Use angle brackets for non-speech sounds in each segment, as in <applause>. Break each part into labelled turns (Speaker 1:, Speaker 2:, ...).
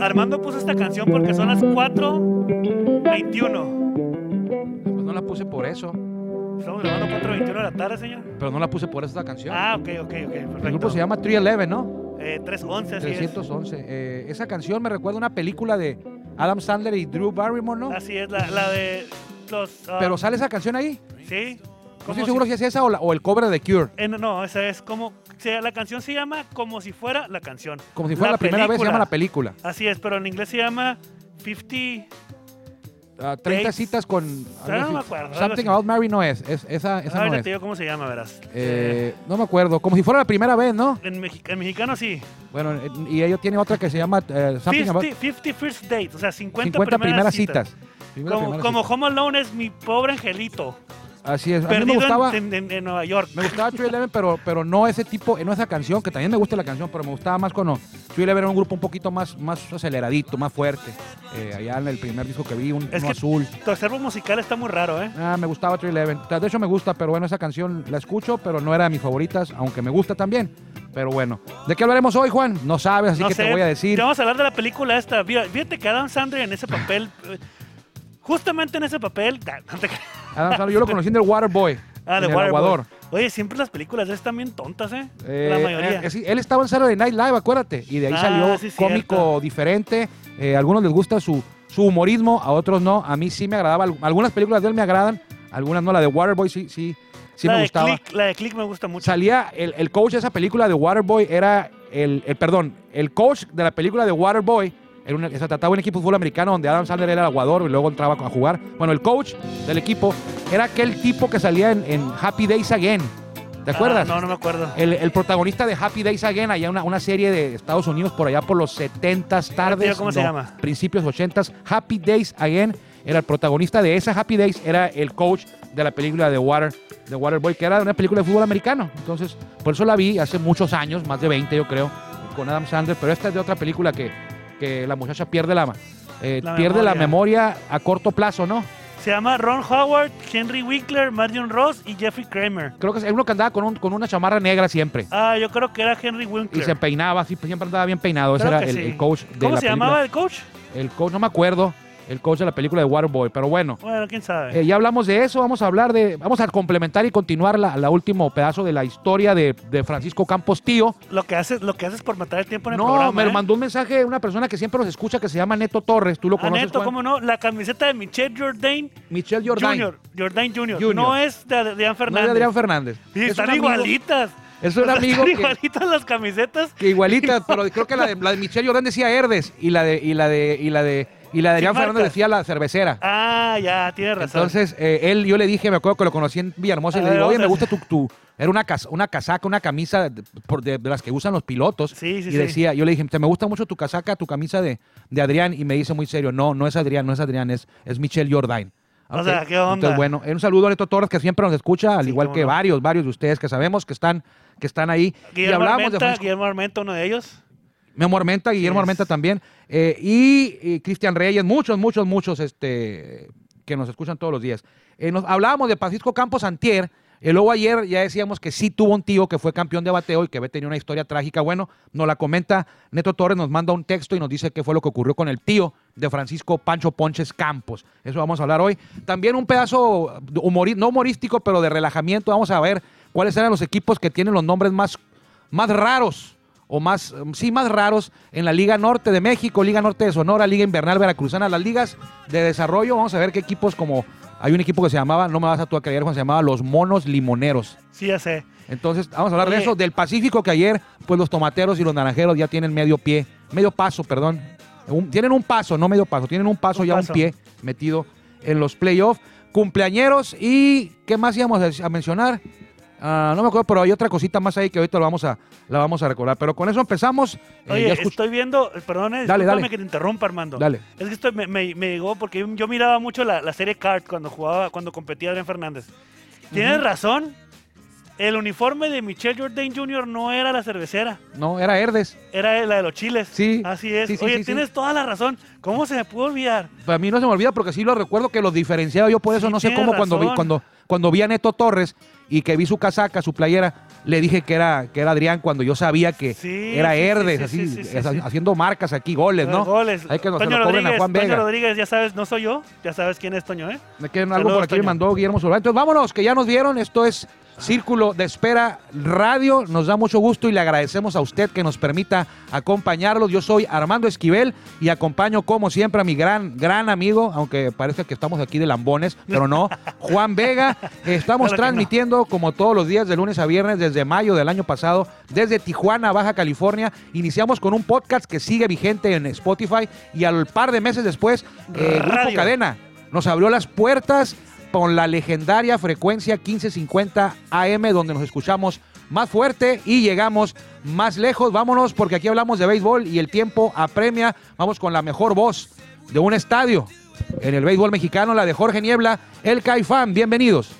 Speaker 1: Armando puso esta canción porque son las 4.21.
Speaker 2: Pues no la puse por eso.
Speaker 1: Estamos grabando 4.21 de la tarde, señor.
Speaker 2: Pero no la puse por esta canción.
Speaker 1: Ah, ok, ok, ok. Perfecto.
Speaker 2: El grupo se llama 311, ¿no?
Speaker 1: Eh, 3.11, así es.
Speaker 2: 311. Eh, esa canción me recuerda a una película de Adam Sandler y Drew Barrymore, ¿no?
Speaker 1: Así es, la, la de los... ah,
Speaker 2: Pero sale esa canción ahí.
Speaker 1: Sí.
Speaker 2: No
Speaker 1: como
Speaker 2: estoy
Speaker 1: si-
Speaker 2: seguro si es esa o, la- o el cobre de Cure.
Speaker 1: Eh, no, no, esa es como... se- la canción se llama Como si fuera la canción.
Speaker 2: Como si fuera la, primera vez se llama la película.
Speaker 1: Así es, pero en inglés se llama 50...
Speaker 2: Ah, 30
Speaker 1: Dates.
Speaker 2: citas con.
Speaker 1: Ah,
Speaker 2: algo
Speaker 1: no me
Speaker 2: así.
Speaker 1: acuerdo, algo
Speaker 2: Something
Speaker 1: así.
Speaker 2: About Mary no es. es- esa esa no
Speaker 1: Ahorita
Speaker 2: es.
Speaker 1: te digo cómo se llama, verás.
Speaker 2: Eh, no me acuerdo. Como si fuera la primera vez, ¿no?
Speaker 1: En, mexi- en mexicano sí.
Speaker 2: Bueno, eh, y ellos tienen otra que se llama eh, Something
Speaker 1: 50,
Speaker 2: About
Speaker 1: 50 First Date, o sea, 50,
Speaker 2: 50 primeras,
Speaker 1: primeras
Speaker 2: citas. Primera-
Speaker 1: Como,
Speaker 2: primera
Speaker 1: como
Speaker 2: cita.
Speaker 1: Home Alone es mi pobre angelito.
Speaker 2: Así es. A mí me
Speaker 1: perdido en-
Speaker 2: gustaba.
Speaker 1: en, en- en Nueva York.
Speaker 2: Me gustaba True Eleven, pero, pero no ese tipo, no esa canción, que también me gusta la canción, pero me gustaba más cuando True Eleven era un grupo un poquito más, más aceleradito, más fuerte. Eh, allá en el primer disco que vi, un,
Speaker 1: Es
Speaker 2: uno
Speaker 1: que-
Speaker 2: azul.
Speaker 1: Tu acervo musical está muy raro, ¿eh?
Speaker 2: Ah, me gustaba True Eleven. O sea, De hecho, me gusta, pero bueno, esa canción la escucho, pero no era de mis favoritas, aunque me gusta también. Pero bueno, ¿de qué hablaremos hoy, Juan? No sabes, así
Speaker 1: no
Speaker 2: que
Speaker 1: sé.
Speaker 2: te voy a decir.
Speaker 1: Te vamos a hablar de la película esta. Mira, Fíjate que Adam Sandler en ese papel, eh, justamente en ese papel, <laughs> ah, no te creas.
Speaker 2: Adam Sandler, yo lo conocí en The Waterboy.
Speaker 1: Ah,
Speaker 2: en
Speaker 1: de
Speaker 2: el
Speaker 1: Waterboy.
Speaker 2: aguador.
Speaker 1: Oye, siempre las películas de él están bien tontas, ¿eh?
Speaker 2: Eh,
Speaker 1: la mayoría.
Speaker 2: eh, sí, él estaba en Saturday Night Live, acuérdate. Y de ahí
Speaker 1: Ah,
Speaker 2: salió
Speaker 1: sí,
Speaker 2: cómico
Speaker 1: cierto.
Speaker 2: diferente. Eh, a algunos les gusta su, su humorismo, a otros no. A mí sí me agradaba. Al- Algunas películas de él me agradan, algunas no. La de Waterboy sí, sí, sí
Speaker 1: la,
Speaker 2: me
Speaker 1: de
Speaker 2: gustaba.
Speaker 1: Click, la de Click me gusta mucho.
Speaker 2: Salía el, el coach de esa película de Waterboy, era el, el- perdón, el coach de la película de Waterboy. Era un, se trataba de un equipo de fútbol americano donde Adam Sandler era el aguador y luego entraba a jugar. Bueno, el coach del equipo era aquel tipo que salía en, en Happy Days Again. ¿Te
Speaker 1: Ah,
Speaker 2: acuerdas? Eh.
Speaker 1: no, no me acuerdo.
Speaker 2: El, el protagonista de Happy Days Again, allá una, una serie de Estados Unidos por allá por los 70s tardes.
Speaker 1: ¿Cómo se llama?
Speaker 2: Principios 80s. Happy Days Again era el protagonista de esa Happy Days, era el coach de la película de Water, de Waterboy, que era una película de fútbol americano. Entonces, por eso la vi hace muchos años, más de 20 yo creo, con Adam Sandler, pero esta es de otra película que, que la muchacha pierde la, eh,
Speaker 1: La
Speaker 2: pierde la memoria a corto plazo, ¿no?
Speaker 1: Se llama Ron Howard, Henry Winkler, Marion Ross y Jeffrey Kramer.
Speaker 2: Creo que es uno que andaba con, un- con una chamarra negra siempre.
Speaker 1: Ah, yo creo que era Henry
Speaker 2: Y se
Speaker 1: Winkler.
Speaker 2: peinaba, sí, siempre andaba bien peinado. Ese
Speaker 1: Claro
Speaker 2: era
Speaker 1: que
Speaker 2: el,
Speaker 1: sí.
Speaker 2: el coach de
Speaker 1: ¿Cómo
Speaker 2: la
Speaker 1: se
Speaker 2: película.
Speaker 1: llamaba el coach?
Speaker 2: El coach, no me acuerdo. El coach de la película de Waterboy. Pero bueno,
Speaker 1: Bueno, quién sabe.
Speaker 2: eh, ya hablamos de eso. Vamos a hablar de. Vamos a complementar y continuar la, la último pedazo de la historia de, de Francisco Campos Tío.
Speaker 1: lo que haces, lo que haces por matar el tiempo en el
Speaker 2: No,
Speaker 1: programa.
Speaker 2: me lo
Speaker 1: ¿eh?
Speaker 2: mandó un mensaje una persona que siempre nos escucha que se llama Neto Torres. ¿Tú lo
Speaker 1: Ah,
Speaker 2: conoces?
Speaker 1: Neto,
Speaker 2: Juan?
Speaker 1: ¿cómo no? La camiseta de Michelle Jordan
Speaker 2: Michelle Jordan.
Speaker 1: Jr. Jordan Jr.
Speaker 2: Junior.
Speaker 1: No es de Adrián
Speaker 2: No es
Speaker 1: Fernández.
Speaker 2: de Adrián Fernández.
Speaker 1: Sí,
Speaker 2: Es
Speaker 1: están
Speaker 2: un amigo-
Speaker 1: igualitas.
Speaker 2: Es un
Speaker 1: O sea, <laughs>
Speaker 2: amigo
Speaker 1: están
Speaker 2: que,
Speaker 1: igualitas las camisetas.
Speaker 2: que igualita, pero creo que la de, la de Michelle Jordan decía Herdes y la de y la de y la de y la de
Speaker 1: Sin
Speaker 2: Adrián Fernández
Speaker 1: marcas.
Speaker 2: decía la cervecera.
Speaker 1: Ah, ya, tienes razón.
Speaker 2: Entonces, eh, él, yo le dije, me acuerdo que lo conocí en Villahermosa, y
Speaker 1: A
Speaker 2: le
Speaker 1: ver,
Speaker 2: digo, oye, me
Speaker 1: vamos
Speaker 2: gusta tu... tu-". Era una, cas- una casaca, una camisa de, por- de- de las que usan los pilotos.
Speaker 1: Sí, sí,
Speaker 2: y
Speaker 1: sí.
Speaker 2: decía, yo le dije, te me gusta mucho tu casaca, tu camisa de, de Adrián, y me dice muy serio, no, no es Adrián, no es Adrián, es, es Michelle Jordain.
Speaker 1: O
Speaker 2: Ok.
Speaker 1: sea, ¿qué onda?
Speaker 2: Entonces, bueno, eh, un saludo a Neto Torres, que siempre nos escucha, al
Speaker 1: Sí,
Speaker 2: igual
Speaker 1: cómo
Speaker 2: que
Speaker 1: no.
Speaker 2: varios, varios de ustedes que sabemos que están, que están ahí. y
Speaker 1: Guillermo
Speaker 2: hablábamos
Speaker 1: Armenta,
Speaker 2: de Francisco-
Speaker 1: Guillermo Armenta, uno de ellos.
Speaker 2: Memo Armenta, Guillermo
Speaker 1: Yes.
Speaker 2: Armenta también. eh, y, y Cristian Reyes, muchos, muchos, muchos este, que nos escuchan todos los días. Eh, nos hablábamos de Francisco Campos Antier. Y luego ayer ya decíamos que sí tuvo un tío que fue campeón de bateo y que había tenido una historia trágica. Bueno, nos la comenta Neto Torres, nos manda un texto y nos dice qué fue lo que ocurrió con el tío de Francisco Pancho Ponches Campos. Eso vamos a hablar hoy. También un pedazo de humori- no humorístico, pero de relajamiento. Vamos a ver cuáles eran los equipos que tienen los nombres más más raros o más, um, sí, más raros en la Liga Norte de México, Liga Norte de Sonora, Liga Invernal Veracruzana, las ligas de desarrollo. Vamos a ver qué equipos como hay un equipo que se llamaba, no me vas a tú a creer, Juan, se llamaba Los Monos Limoneros.
Speaker 1: Sí, ya sé.
Speaker 2: Entonces, vamos a hablar de
Speaker 1: Oye.
Speaker 2: eso, del Pacífico que ayer, pues los tomateros y los naranjeros ya tienen medio pie, medio paso, perdón. Un- tienen un paso, no medio paso, tienen un paso
Speaker 1: Un
Speaker 2: ya
Speaker 1: paso.
Speaker 2: un pie metido en los playoffs. Cumpleañeros y ¿qué más íbamos a, a mencionar? Ah, no me acuerdo, pero hay otra cosita más ahí que ahorita la vamos a, la vamos a recordar. Pero con eso empezamos. Eh,
Speaker 1: Oye,
Speaker 2: ya escuch-
Speaker 1: estoy viendo, perdón, eh,
Speaker 2: Dale,
Speaker 1: discúlpame
Speaker 2: dale.
Speaker 1: que te interrumpa, Armando.
Speaker 2: Dale.
Speaker 1: Es que esto me, me- me llegó porque yo- yo miraba mucho la, la serie Card cuando jugaba, cuando competía Adrián Fernández. Tienes razón. El uniforme de Michelle Jordan Jr. no era la cervecera,
Speaker 2: No, era Herdes.
Speaker 1: era la de los chiles.
Speaker 2: Sí,
Speaker 1: Así es.
Speaker 2: sí, sí,
Speaker 1: Oye,
Speaker 2: sí, sí.
Speaker 1: tienes toda la razón. ¿Cómo se me pudo olvidar?
Speaker 2: Para mí no se me olvida porque sí lo recuerdo que los diferenciaba yo por eso.
Speaker 1: Sí,
Speaker 2: no sé
Speaker 1: tienes
Speaker 2: cómo cuando vi,
Speaker 1: razón.
Speaker 2: cuando, cuando vi a Neto Torres y que vi su casaca, su playera, le dije que era, que era Adrián cuando yo sabía que
Speaker 1: Sí,
Speaker 2: era
Speaker 1: sí, sí,
Speaker 2: Herdes,
Speaker 1: sí,
Speaker 2: así,
Speaker 1: sí, sí, sí,
Speaker 2: ha-
Speaker 1: sí.
Speaker 2: haciendo marcas aquí, goles, ¿no?
Speaker 1: Goles.
Speaker 2: Hay que nos
Speaker 1: Toño
Speaker 2: lo cobren
Speaker 1: Rodríguez,
Speaker 2: a Juan
Speaker 1: Toño
Speaker 2: Vega.
Speaker 1: Rodríguez, ya sabes, no soy yo, ya sabes quién es Toño, ¿eh?
Speaker 2: Me quedan algo
Speaker 1: Saludos,
Speaker 2: por aquí me
Speaker 1: Toño. Ah.
Speaker 2: mandó Guillermo Solván. Entonces vámonos, que ya nos vieron. Esto es Círculo de Espera Radio. Nos da mucho gusto y le agradecemos a usted que nos permita acompañarlos. Yo soy Armando Esquivel y acompaño como siempre a mi gran, gran amigo, aunque parezca que estamos aquí de lambones,
Speaker 1: <laughs>
Speaker 2: pero no, Juan Vega. Estamos
Speaker 1: Claro que no.
Speaker 2: transmitiendo como todos los días de lunes a viernes desde mayo del año pasado, desde Tijuana, Baja California. Iniciamos con un podcast que sigue vigente en Spotify y al par de meses después, eh, Grupo
Speaker 1: Radio.
Speaker 2: Cadena nos abrió las puertas con la legendaria frecuencia 1550 AM, donde nos escuchamos más fuerte y llegamos más lejos. Vámonos, porque aquí hablamos de béisbol y el tiempo apremia. Vamos con la mejor voz de un estadio en el béisbol mexicano, la de Jorge Niebla, el Caifán. Bienvenidos.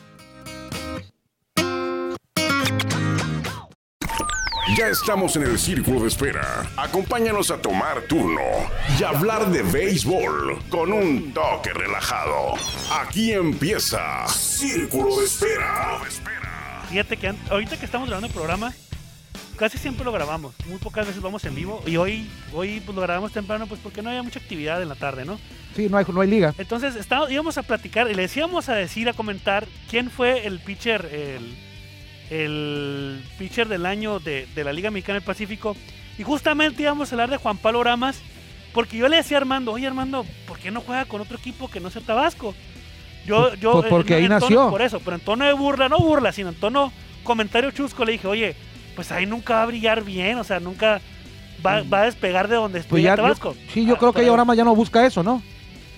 Speaker 3: Ya estamos en el círculo de espera. Acompáñanos a tomar turno y hablar de béisbol con un toque relajado. Aquí empieza Círculo de Espera.
Speaker 1: Fíjate que an- ahorita que estamos grabando el programa, casi siempre lo grabamos. Muy pocas veces vamos en vivo. Y hoy, hoy pues, lo grabamos temprano, pues porque no había mucha actividad en la tarde, ¿no?
Speaker 2: Sí, no hay, no hay liga.
Speaker 1: Entonces estábamos, íbamos a platicar y le decíamos a decir, a comentar quién fue el pitcher, el, el pitcher del año de, de la Liga Mexicana del Pacífico. Y justamente íbamos a hablar de Juan Pablo Ramas, porque yo le decía a Armando, oye Armando, ¿por qué no juega con otro equipo que no sea Tabasco? Yo, yo,
Speaker 2: Pues
Speaker 1: eh,
Speaker 2: porque
Speaker 1: no,
Speaker 2: ahí
Speaker 1: en tono-
Speaker 2: nació.
Speaker 1: Por eso, pero en tono de burla, no burla, sino en tono comentario chusco le dije, oye, pues ahí nunca va a brillar bien, o sea, nunca va, va a despegar de donde
Speaker 2: Mm. Pues
Speaker 1: estoy
Speaker 2: ya, yo-
Speaker 1: Tabasco.
Speaker 2: sí, yo
Speaker 1: Ah,
Speaker 2: creo que
Speaker 1: pero-
Speaker 2: ya Rama ya no busca eso, ¿no?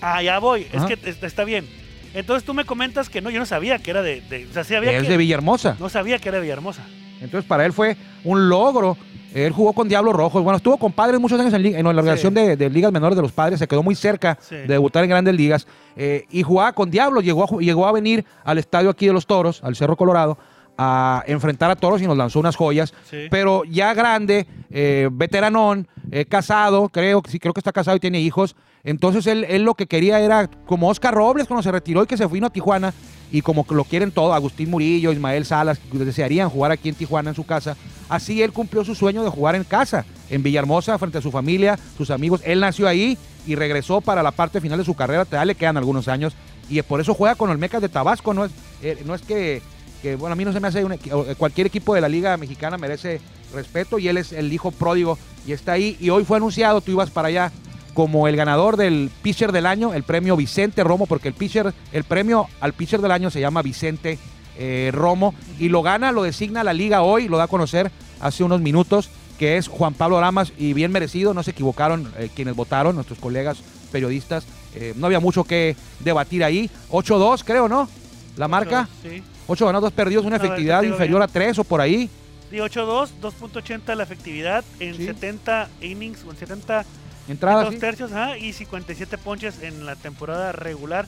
Speaker 1: Ah, ya voy.
Speaker 2: Ajá.
Speaker 1: Es que es- está bien. Entonces tú me comentas que no, yo no sabía que era de. de- o sea, sí había
Speaker 2: Es
Speaker 1: que-
Speaker 2: de Villahermosa.
Speaker 1: No sabía que era de Villahermosa.
Speaker 2: Entonces para él fue un logro. Él jugó con Diablos Rojos. Bueno, estuvo con padres muchos años en, li- en la organización de, de ligas menores de los padres. Se quedó muy cerca
Speaker 1: Sí.
Speaker 2: de debutar en grandes ligas. Eh, y jugaba con Diablos. Llegó a, ju- llegó a venir al estadio aquí de los Toros, al Cerro Colorado, a enfrentar a Toros y nos lanzó unas joyas.
Speaker 1: Sí.
Speaker 2: Pero ya grande, eh, veteranón, eh, casado, creo, sí, creo que está casado y tiene hijos. Entonces él, él lo que quería era, como Oscar Robles cuando se retiró y que se vino a Tijuana, y como que lo quieren todo, Agustín Murillo, Ismael Salas, que desearían jugar aquí en Tijuana en su casa. Así él cumplió su sueño de jugar en casa, en Villahermosa, frente a su familia, sus amigos. Él nació ahí y regresó para la parte final de su carrera, ya le quedan algunos años, y por eso juega con Olmecas de Tabasco, no es, eh, no es que que bueno, a mí no se me hace un equi- o- eh, cualquier equipo de la Liga Mexicana merece respeto y él es el hijo pródigo y está ahí y hoy fue anunciado, tú ibas para allá como el ganador del pitcher del año, el premio Vicente Romo, porque el pitcher, el premio al pitcher del año se llama Vicente eh, Romo y lo gana, lo designa la liga hoy, lo da a conocer hace unos minutos, que es Juan Pablo Ramas y bien merecido, no se equivocaron eh, quienes votaron, nuestros colegas periodistas, eh, no había mucho que debatir ahí, 8-2 creo, ¿no? La marca.
Speaker 1: Sí.
Speaker 2: 8 ganados, 2 perdidos, una
Speaker 1: A ver,
Speaker 2: efectividad
Speaker 1: te digo
Speaker 2: inferior
Speaker 1: bien.
Speaker 2: a 3 o por ahí.
Speaker 1: Y 8-2, 2.80 la efectividad en
Speaker 2: Sí. 70
Speaker 1: 70 innings o en 70
Speaker 2: Entrada,
Speaker 1: dos
Speaker 2: sí.
Speaker 1: tercios ajá, y 57 ponches en la temporada regular.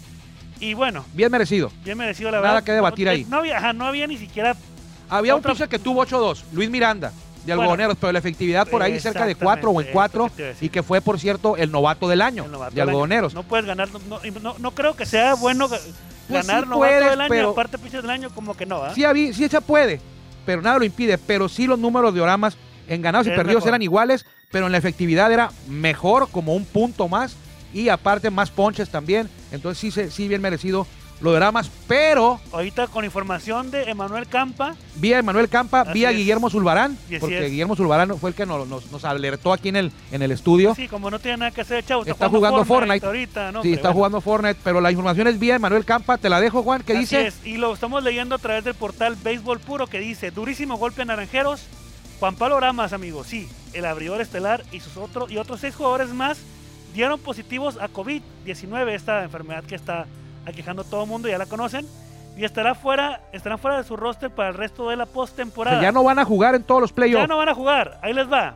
Speaker 1: Y bueno,
Speaker 2: bien merecido.
Speaker 1: bien merecido la
Speaker 2: Nada
Speaker 1: verdad.
Speaker 2: que debatir
Speaker 1: No-
Speaker 2: ahí.
Speaker 1: No había, ajá, no había ni siquiera.
Speaker 2: Había
Speaker 1: Otra-
Speaker 2: un pitcher que tuvo 8-2, Luis Miranda, de
Speaker 1: Bueno,
Speaker 2: Algodoneros, pero la efectividad por ahí cerca de 4 o en
Speaker 1: exactamente,
Speaker 2: 4,
Speaker 1: eso que te iba a decir.
Speaker 2: y que fue, por cierto, el novato del año,
Speaker 1: el novato
Speaker 2: de
Speaker 1: del año.
Speaker 2: Algodoneros.
Speaker 1: No puedes ganar. No, no- no creo que sea bueno ga-
Speaker 2: Pues sí
Speaker 1: ganar novato
Speaker 2: puedes,
Speaker 1: del año.
Speaker 2: pero-
Speaker 1: Aparte, pitcher del año, como que no. ¿ah?
Speaker 2: Sí, habí- sí, se puede, pero nada lo impide. Pero sí, los números de Oramas en ganados y
Speaker 1: Es
Speaker 2: perdidos
Speaker 1: mejor.
Speaker 2: eran iguales, pero en la efectividad era mejor, como un punto más, y aparte más ponches también. Entonces, sí, se- sí bien merecido lo de Oramas, pero
Speaker 1: Ahorita con información de Emanuel Campa.
Speaker 2: vía Emanuel Campa,
Speaker 1: Así
Speaker 2: vía
Speaker 1: es.
Speaker 2: Guillermo Zulbarán,
Speaker 1: Y así
Speaker 2: porque
Speaker 1: es.
Speaker 2: Guillermo Zulbarán fue el que nos, nos- nos alertó aquí en el, en el estudio. Sí,
Speaker 1: Sí, como no tiene nada que hacer, chavo.
Speaker 2: Está jugando Fortnite.
Speaker 1: Ahorita, ¿no?
Speaker 2: está jugando Fortnite, pero la información es vía Emanuel Campa. Te la dejo, Juan, que dice
Speaker 1: Y lo estamos leyendo a través del portal Béisbol Puro que dice: durísimo golpe a Naranjeros. Juan Pablo Ramas, amigos, sí, el abridor estelar y sus otros y otros seis jugadores más dieron positivos a COVID-19, esta enfermedad que está aquejando a todo el mundo, ya la conocen, y estará fuera, estarán fuera de su roster para el resto de la
Speaker 2: o sea,
Speaker 1: postemporada.
Speaker 2: ya no van a jugar en todos los
Speaker 1: ya
Speaker 2: playoffs.
Speaker 1: no van a jugar, ahí les va.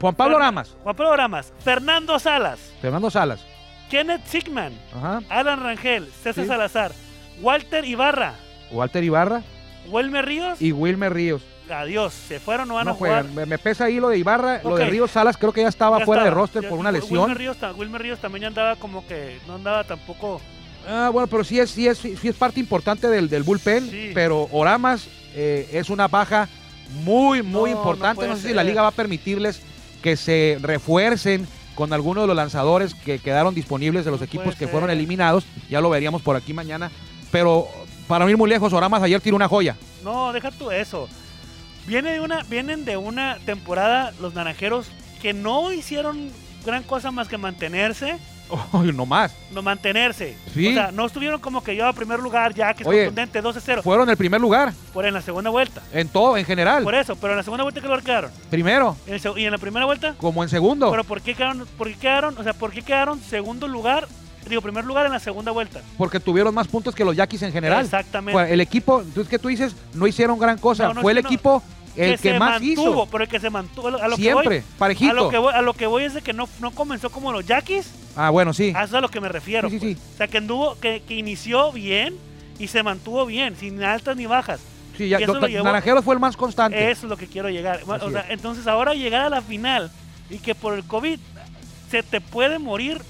Speaker 2: Juan Pablo
Speaker 1: Fer-
Speaker 2: Ramas,
Speaker 1: Juan Pablo Ramas, Fernando Salas,
Speaker 2: Fernando Salas,
Speaker 1: Kenneth Sigman,
Speaker 2: ajá,
Speaker 1: Alan Rangel, César
Speaker 2: Sí.
Speaker 1: Salazar, Walter Ibarra,
Speaker 2: Walter Ibarra
Speaker 1: Wilmer Ríos.
Speaker 2: y Wilmer Ríos.
Speaker 1: Adiós, se fueron, no van
Speaker 2: No
Speaker 1: a jugar.
Speaker 2: juegan. Me, me pesa ahí lo de Ibarra, lo
Speaker 1: Ok.
Speaker 2: de Ríos Salas creo que ya estaba
Speaker 1: Ya
Speaker 2: fuera de
Speaker 1: estaba,
Speaker 2: roster
Speaker 1: ya-
Speaker 2: por una
Speaker 1: Wil-
Speaker 2: lesión.
Speaker 1: Wilmer Ríos, ta- Wilmer Ríos también ya andaba como que no andaba tampoco
Speaker 2: Ah, bueno, pero sí es, sí es, sí es parte importante del, del bullpen,
Speaker 1: Sí.
Speaker 2: pero Oramas eh, es una baja muy, muy
Speaker 1: No, no
Speaker 2: importante. No,
Speaker 1: puede
Speaker 2: sé si la
Speaker 1: ser.
Speaker 2: liga va a permitirles que se refuercen con algunos de los lanzadores que quedaron disponibles de los
Speaker 1: No
Speaker 2: equipos
Speaker 1: puede
Speaker 2: que fueron
Speaker 1: ser.
Speaker 2: eliminados. Ya lo veríamos por aquí mañana. Pero para no ir muy lejos, Oramas ayer tiró una joya. <laughs>
Speaker 1: No, deja tú eso. Viene de una, vienen de una temporada los naranjeros que no hicieron gran cosa más que mantenerse.
Speaker 2: Ay, no más.
Speaker 1: No, mantenerse.
Speaker 2: Sí.
Speaker 1: O sea, no estuvieron como que yo a primer lugar, ya que es
Speaker 2: Oye.
Speaker 1: contundente, 12-0.
Speaker 2: Fueron el primer lugar
Speaker 1: Por en la segunda vuelta.
Speaker 2: en todo, en general.
Speaker 1: Por e- eso, pero en la segunda vuelta, ¿qué lugar quedaron?
Speaker 2: Primero,
Speaker 1: En el seg- ¿Y en la primera vuelta?
Speaker 2: como en segundo.
Speaker 1: ¿Pero por qué quedaron, por qué quedaron, o sea, por qué quedaron segundo lugar, digo, primer lugar en la segunda vuelta?
Speaker 2: porque tuvieron más puntos que los Yaquis en general.
Speaker 1: Exactamente.
Speaker 2: Fue el equipo, entonces que tú dices, no hicieron gran cosa.
Speaker 1: No, no,
Speaker 2: Fue el
Speaker 1: es que no-
Speaker 2: equipo el que,
Speaker 1: se
Speaker 2: más
Speaker 1: mantuvo,
Speaker 2: hizo.
Speaker 1: pero el que se mantuvo, a lo- a lo que voy.
Speaker 2: Siempre, parejito.
Speaker 1: A lo, que voy, a lo que voy es de que no, no comenzó como los Yaquis,
Speaker 2: Ah, bueno, sí.
Speaker 1: a eso es a lo que me refiero.
Speaker 2: Sí, sí,
Speaker 1: pues. O sea, que, anduvo, que, que inició bien y se mantuvo bien, sin altas ni bajas.
Speaker 2: sí ya-
Speaker 1: y eso
Speaker 2: do-
Speaker 1: lo llevó-
Speaker 2: Naranjeros fue el más constante.
Speaker 1: Eso es lo que quiero llegar. O
Speaker 2: Así
Speaker 1: sea,
Speaker 2: es.
Speaker 1: entonces ahora llegar a la final y que por el COVID se te puede morir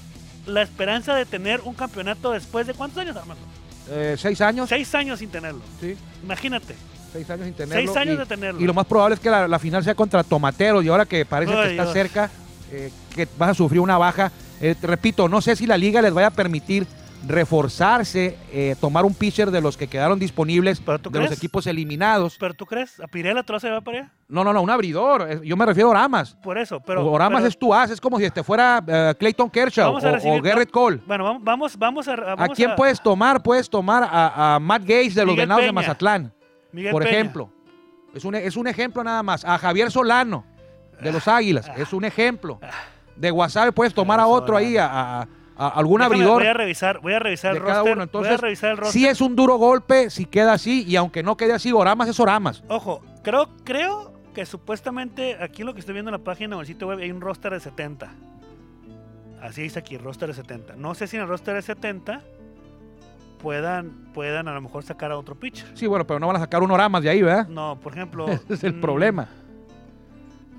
Speaker 1: la esperanza de tener un campeonato después de cuántos años, Armando?
Speaker 2: Eh, seis años.
Speaker 1: Seis años sin tenerlo.
Speaker 2: Sí,
Speaker 1: Imagínate.
Speaker 2: seis años sin tenerlo.
Speaker 1: seis años
Speaker 2: y,
Speaker 1: de tenerlo.
Speaker 2: y lo más probable es que la, la final sea contra Tomateros. Y ahora que parece
Speaker 1: Ay,
Speaker 2: que está
Speaker 1: Dios.
Speaker 2: cerca, eh, que vas a sufrir una baja. Eh, te repito, no sé si la liga les vaya a permitir reforzarse, eh, tomar un pitcher de los que quedaron disponibles, de
Speaker 1: ¿Pero tú
Speaker 2: los
Speaker 1: crees?
Speaker 2: equipos eliminados.
Speaker 1: ¿Pero tú crees? ¿A Pirela te lo hace llevar para allá?
Speaker 2: No, no, no, un abridor. Eh, Yo me refiero a Oramas.
Speaker 1: Por eso, pero...
Speaker 2: Oramas
Speaker 1: pero-
Speaker 2: es tu as, es como si este fuera eh, Clayton Kershaw
Speaker 1: Vamos a
Speaker 2: o,
Speaker 1: recibir-
Speaker 2: o Garrett Cole.
Speaker 1: Bueno, vam- vamos, vamos a...
Speaker 2: ¿A
Speaker 1: vamos
Speaker 2: quién puedes tomar? Puedes tomar a, a Matt Gates de los
Speaker 1: Miguel
Speaker 2: Venados de
Speaker 1: Peña.
Speaker 2: Mazatlán,
Speaker 1: Miguel
Speaker 2: por
Speaker 1: Peña.
Speaker 2: ejemplo. Es un, es un ejemplo nada más. A Javier Solano de los Águilas, es un ejemplo. De Guasave puedes tomar a
Speaker 1: Javier
Speaker 2: otro ahí, a, a- a algún
Speaker 1: Déjame,
Speaker 2: abridor
Speaker 1: Voy a revisar, voy a revisar
Speaker 2: de
Speaker 1: el
Speaker 2: cada
Speaker 1: roster.
Speaker 2: uno.
Speaker 1: voy a
Speaker 2: Entonces,
Speaker 1: revisar el roster.
Speaker 2: sí es un duro golpe si queda así, y aunque no quede así, Oramas es Oramas.
Speaker 1: Ojo, creo, creo que supuestamente aquí lo que estoy viendo en la página o el sitio web hay un roster de 70. Así dice aquí, roster de 70. No sé si en el roster de 70 puedan, puedan a lo mejor sacar a otro pitcher.
Speaker 2: Sí, bueno, pero no van a sacar un Oramas de ahí, ¿verdad? <laughs>
Speaker 1: No, por ejemplo.
Speaker 2: Ese es el
Speaker 1: mm,
Speaker 2: problema.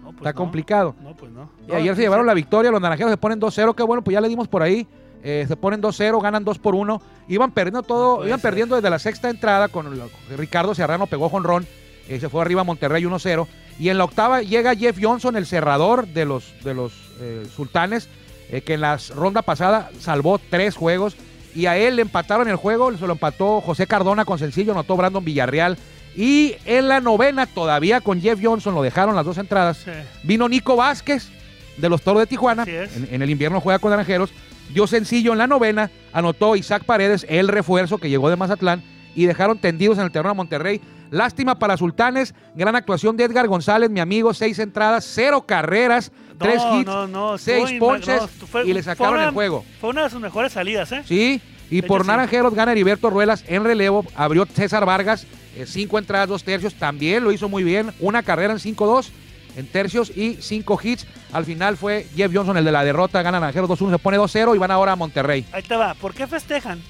Speaker 1: no, pues
Speaker 2: Está
Speaker 1: no.
Speaker 2: complicado.
Speaker 1: No, pues no.
Speaker 2: Y ayer se llevaron la victoria, los naranjeros se ponen 2-0, qué bueno, pues ya le dimos por ahí. eh, se ponen 2-0, ganan 2 por 1. Iban perdiendo todo,
Speaker 1: No puede
Speaker 2: iban
Speaker 1: ser.
Speaker 2: perdiendo desde la sexta entrada con el- Ricardo Serrano pegó jonrón, eh, se fue arriba a Monterrey 1-0 y en la octava llega Jeff Johnson, el cerrador de los de los eh, Sultanes, eh, que en la ronda pasada salvó tres juegos y a él le empataron el juego, se lo empató José Cardona con sencillo, anotó Brandon Villarreal y en la novena todavía con Jeff Johnson lo dejaron las dos entradas.
Speaker 1: Sí.
Speaker 2: Vino Nico Vázquez de los Toros de Tijuana.
Speaker 1: Así es.
Speaker 2: En, en el invierno juega con Naranjeros. Dio sencillo en la novena. Anotó Isaac Paredes, el refuerzo que llegó de Mazatlán. Y dejaron tendidos en el terreno a Monterrey. Lástima para Sultanes. Gran actuación de Edgar González, mi amigo. Seis entradas, cero carreras,
Speaker 1: No,
Speaker 2: tres hits,
Speaker 1: no, no, estuvo
Speaker 2: seis
Speaker 1: inma-
Speaker 2: ponches.
Speaker 1: no, estu- fue-
Speaker 2: y le
Speaker 1: fue
Speaker 2: sacaron
Speaker 1: una-
Speaker 2: el juego.
Speaker 1: Fue una de sus mejores salidas, ¿eh?
Speaker 2: Sí, y
Speaker 1: De
Speaker 2: por
Speaker 1: hecho, sí.
Speaker 2: Naranjeros gana Heriberto Ruelas en relevo. Abrió César Vargas, eh, cinco entradas, dos tercios. También lo hizo muy bien. Una carrera en 5-2, en tercios y cinco hits. Al final fue Jeff Johnson el de la derrota. Gana Naranjeros 2-1, se pone 2-0 y van ahora a Monterrey.
Speaker 1: Ahí te va. ¿Por qué festejan?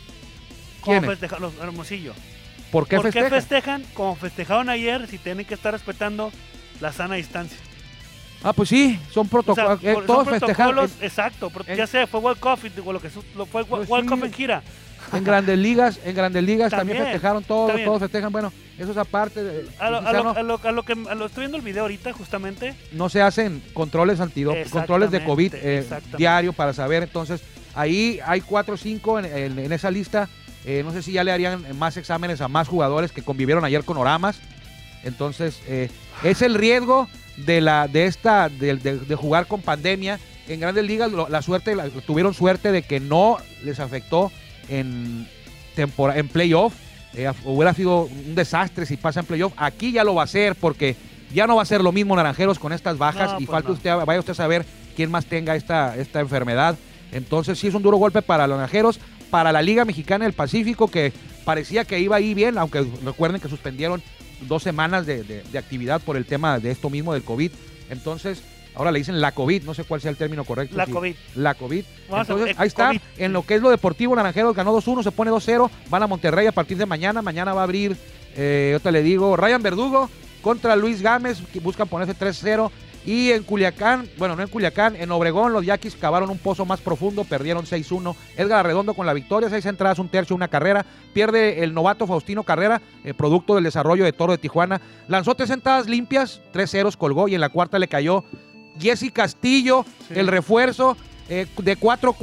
Speaker 1: Como
Speaker 2: ¿Quiénes?
Speaker 1: festejan los Hermosillo.
Speaker 2: ¿Por qué
Speaker 1: ¿Por
Speaker 2: festejan?
Speaker 1: qué festejan como festejaron ayer si tienen que estar respetando la sana distancia?
Speaker 2: ah, pues sí, son
Speaker 1: O sea,
Speaker 2: protocolos.
Speaker 1: por-
Speaker 2: todos
Speaker 1: son
Speaker 2: festejan eh,
Speaker 1: protocolos,
Speaker 2: en,
Speaker 1: exacto, pro-
Speaker 2: en-
Speaker 1: ya sé, fue World Cup, y digo, lo que su- lo fue
Speaker 2: Pues
Speaker 1: World
Speaker 2: sí.
Speaker 1: Cup en gira.
Speaker 2: en grandes ligas. En grandes ligas también,
Speaker 1: También,
Speaker 2: festejaron todos,
Speaker 1: también.
Speaker 2: todos festejan. Bueno, eso es aparte. eh,
Speaker 1: A lo, a
Speaker 2: quizá
Speaker 1: lo-
Speaker 2: no-
Speaker 1: a lo- a lo que a lo- estoy viendo el video ahorita justamente.
Speaker 2: no se hacen controles antidopaje, controles de COVID
Speaker 1: Exactamente,
Speaker 2: eh,
Speaker 1: exactamente.
Speaker 2: diario para saber. Entonces, ahí hay cuatro o cinco en, en- en esa lista. Eh, no sé si ya le harían más exámenes a más jugadores que convivieron ayer con Oramas. Entonces, eh, es el riesgo de la de esta de, de- de jugar con pandemia. En Grandes Ligas lo- la suerte la- tuvieron suerte de que no les afectó en tempora- en playoff. Eh, af- hubiera sido un desastre si pasa en playoff. Aquí ya lo va a ser porque ya no va a ser lo mismo Naranjeros con estas bajas
Speaker 1: No,
Speaker 2: y
Speaker 1: pues
Speaker 2: falta
Speaker 1: no.
Speaker 2: usted, vaya usted a saber quién más tenga esta, esta enfermedad. Entonces sí es un duro golpe para los Naranjeros, para la Liga Mexicana del Pacífico que parecía que iba ahí bien, aunque recuerden que suspendieron dos semanas de, de- de actividad por el tema de esto mismo del COVID. Entonces, ahora le dicen la COVID, no sé cuál sea el término correcto.
Speaker 1: La
Speaker 2: sí.
Speaker 1: COVID.
Speaker 2: La COVID.
Speaker 1: Vamos a-
Speaker 2: Entonces,
Speaker 1: eh,
Speaker 2: ahí está,
Speaker 1: COVID.
Speaker 2: en lo que es lo deportivo, Naranjeros ganó 2-1, se pone 2-0, van a Monterrey a partir de mañana, mañana va a abrir, eh, yo te le digo, Ryan Verdugo contra Luis Gámez, que buscan ponerse 3-0, Y en Culiacán, bueno, no en Culiacán, en Obregón los Yaquis cavaron un pozo más profundo, perdieron 6-1. Edgar Arredondo con la victoria, seis entradas, un tercio, una carrera. Pierde el novato Faustino Carrera, eh, producto del desarrollo de Toro de Tijuana. Lanzó tres entradas limpias, tres ceros colgó y en la cuarta le cayó Jesse Castillo,
Speaker 1: Sí.
Speaker 2: el refuerzo eh, de 4-4,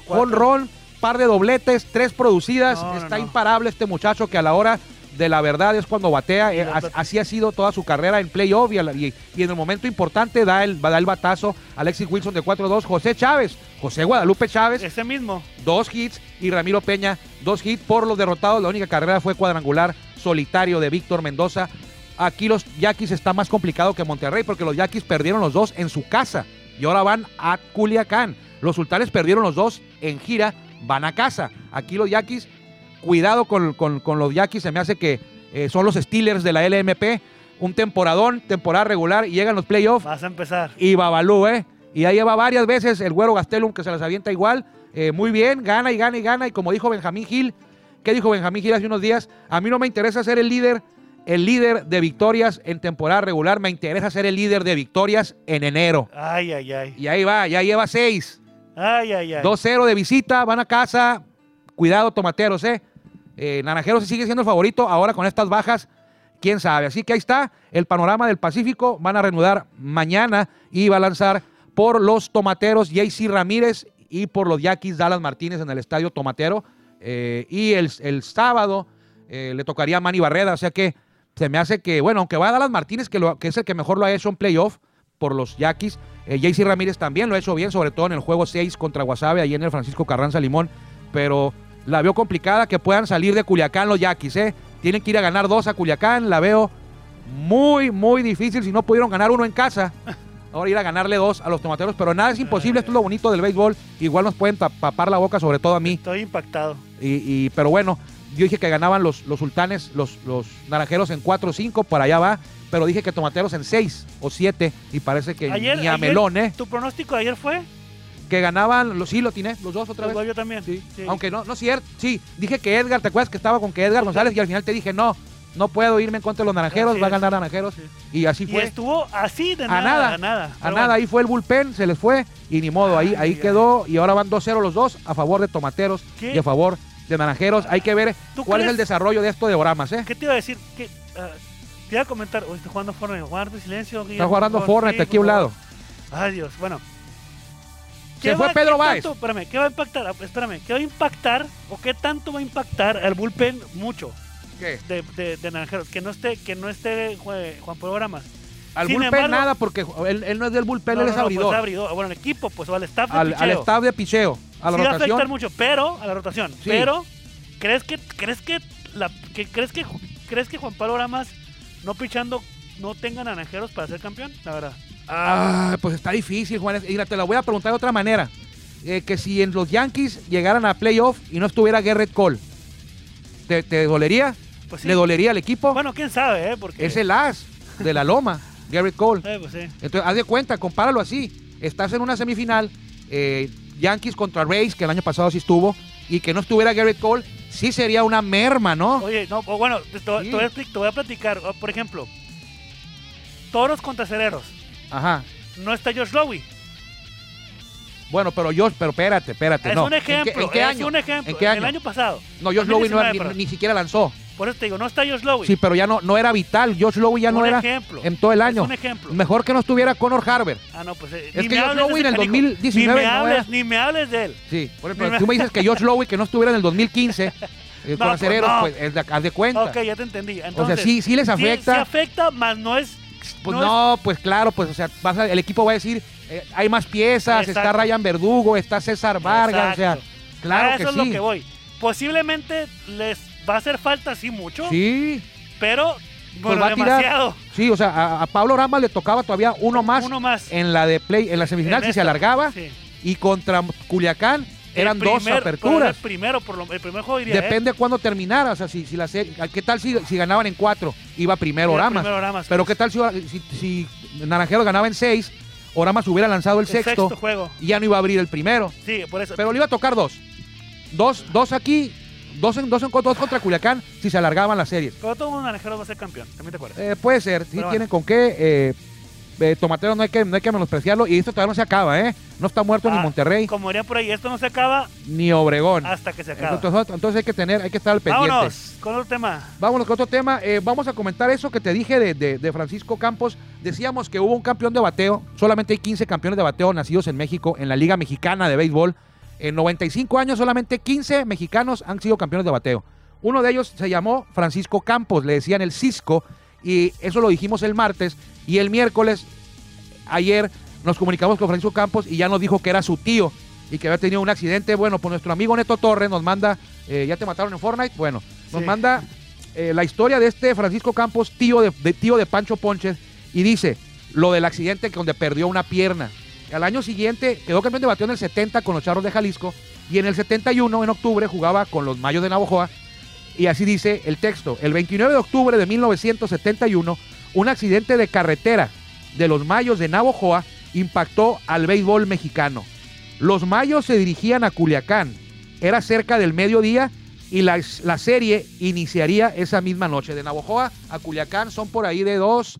Speaker 1: 4-4.
Speaker 2: Ron, par de dobletes, tres producidas.
Speaker 1: No, no,
Speaker 2: Está
Speaker 1: no.
Speaker 2: imparable este muchacho que a la hora de la verdad es cuando batea.
Speaker 1: Y
Speaker 2: Eh,
Speaker 1: los
Speaker 2: as-
Speaker 1: bat-
Speaker 2: así ha sido toda su carrera en playoff y, a la- y- y en el momento importante da el, da el batazo Alexis Wilson de 4-2, José Chávez, José Guadalupe Chávez,
Speaker 1: Ese mismo.
Speaker 2: dos hits y Ramiro Peña, dos hits por los derrotados. La única carrera fue cuadrangular solitario de Víctor Mendoza. Aquí los Yaquis está más complicado que Monterrey porque los Yaquis perdieron los dos en su casa y ahora van a Culiacán. Los Sultanes perdieron los dos en gira, van a casa. Aquí los Yaquis, cuidado con, con- con los Yaquis, se me hace que eh, son los Steelers de la LMP. Un temporadón, temporada regular y llegan los playoffs
Speaker 1: Vas a empezar.
Speaker 2: y Babalú, ¿eh? Y ya lleva varias veces el güero Gastelum que se las avienta igual. eh, muy bien, gana y gana y gana. Y como dijo Benjamín Gil, ¿qué dijo Benjamín Gil hace unos días? A mí no me interesa ser el líder, el líder de victorias en temporada regular, me interesa ser el líder de victorias en enero.
Speaker 1: Ay, ay, ay.
Speaker 2: Y ahí va, ya lleva seis.
Speaker 1: Ay, ay, ay.
Speaker 2: 2-0 de visita, van a casa. Cuidado, tomateros, ¿eh? Eh, Naranjeros sigue siendo el favorito. Ahora con estas bajas, quién sabe. Así que ahí está el panorama del Pacífico. Van a reanudar mañana y va a lanzar por los tomateros JC Ramírez y por los Yaquis Dallas Martínez en el estadio Tomatero. Eh, y el, el sábado eh, le tocaría a Manny Barreda. O sea que se me hace que, bueno, aunque va a Dallas Martínez, que, lo- que es el que mejor lo ha hecho en playoff por los Yaquis. Eh, JC Ramírez también lo ha hecho bien, sobre todo en el juego 6 contra Guasave, ahí en el Francisco Carranza Limón. Pero la veo complicada que puedan salir de Culiacán los Yaquis, ¿eh? Tienen que ir a ganar dos a Culiacán, la veo muy, muy difícil. Si no pudieron ganar uno en casa, ahora ir a ganarle dos a los tomateros. Pero nada es imposible, esto es lo bonito del béisbol. Igual nos pueden tap- tapar la boca, sobre todo a mí.
Speaker 1: Estoy impactado.
Speaker 2: Y, y- pero bueno, yo dije que ganaban los, los sultanes, los, los naranjeros en 4 o 5, para allá va. Pero dije que tomateros en 6 o 7, y parece que
Speaker 1: Ayer,
Speaker 2: ni a
Speaker 1: ayer,
Speaker 2: melón, ¿eh?
Speaker 1: ¿Tu pronóstico de ayer fue?
Speaker 2: Que ganaban, los, sí, lo tiene, los dos otra vez.
Speaker 1: Igual yo también.
Speaker 2: Pues, Sí.
Speaker 1: Sí.
Speaker 2: Aunque no, no es cierto. Sí, dije que Edgar, ¿te acuerdas que estaba con que Edgar González? Y al final te dije, no, no puedo irme en contra de los naranjeros,
Speaker 1: Así
Speaker 2: va a
Speaker 1: es.
Speaker 2: ganar naranjeros.
Speaker 1: Sí.
Speaker 2: Y así
Speaker 1: Y
Speaker 2: fue.
Speaker 1: estuvo así de
Speaker 2: A
Speaker 1: nada,
Speaker 2: nada,
Speaker 1: a nada.
Speaker 2: A
Speaker 1: Pero
Speaker 2: nada,
Speaker 1: bueno,
Speaker 2: ahí fue el bullpen, se les fue y ni modo, ahí,
Speaker 1: Ay,
Speaker 2: ahí
Speaker 1: ay.
Speaker 2: quedó y ahora van 2-0 los dos a favor de Tomateros
Speaker 1: ¿Qué?
Speaker 2: y a favor de Naranjeros. Hay que ver
Speaker 1: ¿Tú
Speaker 2: cuál es
Speaker 1: crees?
Speaker 2: el desarrollo de esto de Oramas, ¿eh?
Speaker 1: ¿Qué te iba a decir? ¿Qué, ah, te iba a comentar. Hoy está jugando Fortnite. Guarda silencio.
Speaker 2: Está
Speaker 1: Guillermo,
Speaker 2: jugando
Speaker 1: por favor.
Speaker 2: Fortnite
Speaker 1: Sí,
Speaker 2: aquí a un
Speaker 1: por
Speaker 2: lado.
Speaker 1: favor. Ay, Dios. Bueno.
Speaker 2: Se
Speaker 1: ¿Qué
Speaker 2: fue
Speaker 1: va-
Speaker 2: Pedro
Speaker 1: qué
Speaker 2: Báez.
Speaker 1: tanto- Espérame, ¿qué va a impactar? Ah, Espérame, ¿qué va a impactar o qué tanto va a impactar al bullpen? Mucho
Speaker 2: ¿Qué?
Speaker 1: de, de, de Naranjeros. Que no esté, que no esté Jue- Juan Pablo Oramas.
Speaker 2: Al
Speaker 1: Sin
Speaker 2: bullpen
Speaker 1: embargo-
Speaker 2: nada porque él, él no es del bullpen,
Speaker 1: No,
Speaker 2: él
Speaker 1: no,
Speaker 2: es
Speaker 1: no, pues,
Speaker 2: abridor.
Speaker 1: abridor. Bueno, al equipo, pues, o al staff de
Speaker 2: al, al
Speaker 1: picheo.
Speaker 2: staff de picheo, a la
Speaker 1: sí va a afectar
Speaker 2: rotación.
Speaker 1: mucho, pero a la rotación.
Speaker 2: Sí.
Speaker 1: Pero crees que crees que la que crees que Ju- crees que Juan Pablo Ramas no pichando no tenga naranjeros para ser campeón, la verdad.
Speaker 2: Ah, pues está difícil, Juan. Mira, te la voy a preguntar de otra manera. Eh, que si en los Yankees llegaran a playoff y no estuviera Garrett Cole, ¿te, te dolería?
Speaker 1: Pues sí.
Speaker 2: ¿Le dolería al equipo?
Speaker 1: Bueno, quién sabe, eh, porque
Speaker 2: Es el as de la loma, Garrett Cole.
Speaker 1: Eh, pues sí.
Speaker 2: Entonces, haz de cuenta, compáralo así. Estás en una semifinal, eh, Yankees contra Rays, que el año pasado sí estuvo, y que no estuviera Garrett Cole, sí sería una merma, ¿no?
Speaker 1: Oye, no, o bueno, te, te voy-
Speaker 2: Sí.
Speaker 1: te voy a, expli- te voy a platicar, o, por ejemplo, Toros contra Cereros.
Speaker 2: Ajá.
Speaker 1: No está Josh Lowey.
Speaker 2: Bueno, pero yo, pero espérate, espérate.
Speaker 1: es
Speaker 2: no.
Speaker 1: un
Speaker 2: ¿En qué-
Speaker 1: ejemplo,
Speaker 2: ¿En qué,
Speaker 1: es
Speaker 2: año?
Speaker 1: un ejemplo.
Speaker 2: ¿En qué
Speaker 1: El
Speaker 2: año?
Speaker 1: año pasado.
Speaker 2: No, Josh Lowey no era-
Speaker 1: 2019,
Speaker 2: ni,
Speaker 1: perdón.
Speaker 2: ni siquiera lanzó.
Speaker 1: Por eso te digo, no está Josh Lowey.
Speaker 2: Sí, pero ya no, no era vital. Josh Lowey ya
Speaker 1: Un
Speaker 2: no era
Speaker 1: ejemplo.
Speaker 2: en todo el
Speaker 1: Es
Speaker 2: año.
Speaker 1: un ejemplo.
Speaker 2: Mejor que no estuviera Connor Harber.
Speaker 1: Ah, no, pues eh, ni
Speaker 2: Es que
Speaker 1: me
Speaker 2: Josh
Speaker 1: hables de
Speaker 2: Lowey en
Speaker 1: ese
Speaker 2: el
Speaker 1: canijo.
Speaker 2: 2019
Speaker 1: ni me
Speaker 2: no
Speaker 1: hables,
Speaker 2: era.
Speaker 1: ni me hables de él.
Speaker 2: Sí, bueno, pero tú me dices que Josh Lowey que no estuviera en
Speaker 1: <laughs>
Speaker 2: el 2015 eh, con
Speaker 1: pues
Speaker 2: acereros,
Speaker 1: no.
Speaker 2: pues, es de- haz de cuenta.
Speaker 1: Ok, ya te entendí.
Speaker 2: o sea,
Speaker 1: Entonces,
Speaker 2: sí, sí les afecta.
Speaker 1: Sí, afecta, más no es.
Speaker 2: Pues
Speaker 1: no
Speaker 2: no,
Speaker 1: es-
Speaker 2: pues claro, pues o sea, vas a- el equipo va a decir, eh, hay más piezas, está
Speaker 1: Exacto.
Speaker 2: Ryan Verdugo, está César Vargas,
Speaker 1: Exacto.
Speaker 2: o sea, claro
Speaker 1: a
Speaker 2: que
Speaker 1: eso
Speaker 2: sí.
Speaker 1: es lo que voy. Posiblemente les va a hacer falta, sí, mucho,
Speaker 2: Sí, Pues
Speaker 1: pero bueno,
Speaker 2: va a tirar
Speaker 1: demasiado.
Speaker 2: sí, o sea, a, a Pablo Rama le tocaba todavía uno más
Speaker 1: Uno más.
Speaker 2: en la de play, en la semifinal
Speaker 1: En
Speaker 2: si
Speaker 1: esta,
Speaker 2: se alargaba
Speaker 1: sí.
Speaker 2: y contra Culiacán
Speaker 1: El
Speaker 2: eran dos
Speaker 1: primer- pero
Speaker 2: aperturas.
Speaker 1: El primero, por lo, el primer juego iría.
Speaker 2: Depende de cuándo terminara, o sea, si, si la serie- ¿qué tal si, si ganaban en cuatro? Iba
Speaker 1: ¿eh?
Speaker 2: primero Oramas. Pero qué tal si, si, si Naranjero ganaba en seis, Oramas hubiera lanzado el,
Speaker 1: el sexto,
Speaker 2: sexto
Speaker 1: juego.
Speaker 2: y ya no iba a abrir el primero.
Speaker 1: Sí, por eso.
Speaker 2: Pero le iba a tocar dos. Dos, dos aquí, dos, en, dos, en- dos contra Culiacán si se alargaban las series.
Speaker 1: Pero todo el mundo naranjero va a ser campeón, también te acuerdas.
Speaker 2: Eh, puede ser, si
Speaker 1: Pero bueno.
Speaker 2: tienen con qué. eh, eh, Tomatero no hay, que, no hay que menospreciarlo. Y esto todavía no se acaba, ¿eh? No está muerto
Speaker 1: Ah,
Speaker 2: ni Monterrey,
Speaker 1: Como dirían por ahí, esto no se acaba
Speaker 2: ni Obregón.
Speaker 1: hasta que se acaba.
Speaker 2: Entonces, entonces hay que tener, hay que estar al pendiente.
Speaker 1: Vámonos con otro tema.
Speaker 2: Vámonos con otro tema. Eh, vamos a comentar eso que te dije de, de- de Francisco Campos. Decíamos que hubo un campeón de bateo. Solamente hay 15 campeones de bateo nacidos en México, en la Liga Mexicana de Béisbol. En 95 años, solamente 15 mexicanos han sido campeones de bateo. Uno de ellos se llamó Francisco Campos, le decían el Cisco. Y eso lo dijimos el martes. Y el miércoles, ayer, nos comunicamos con Francisco Campos y ya nos dijo que era su tío y que había tenido un accidente. Bueno, pues nuestro amigo Neto Torres nos manda. eh, ¿Ya te mataron en Fortnite? Bueno, nos
Speaker 1: Sí.
Speaker 2: manda eh, la historia de este Francisco Campos, tío de, de- tío de Pancho Ponches, y dice lo del accidente que- donde perdió una pierna. Al año siguiente quedó campeón de bateo en el 70 con los Charros de Jalisco y en el 71, en octubre, jugaba con los Mayos de Navojoa. Y así dice el texto. El 29 de octubre de 1971, un accidente de carretera de los Mayos de Navojoa impactó al béisbol mexicano. Los Mayos se dirigían a Culiacán. Era cerca del mediodía y la, la serie iniciaría esa misma noche. De Navojoa a Culiacán son por ahí de dos,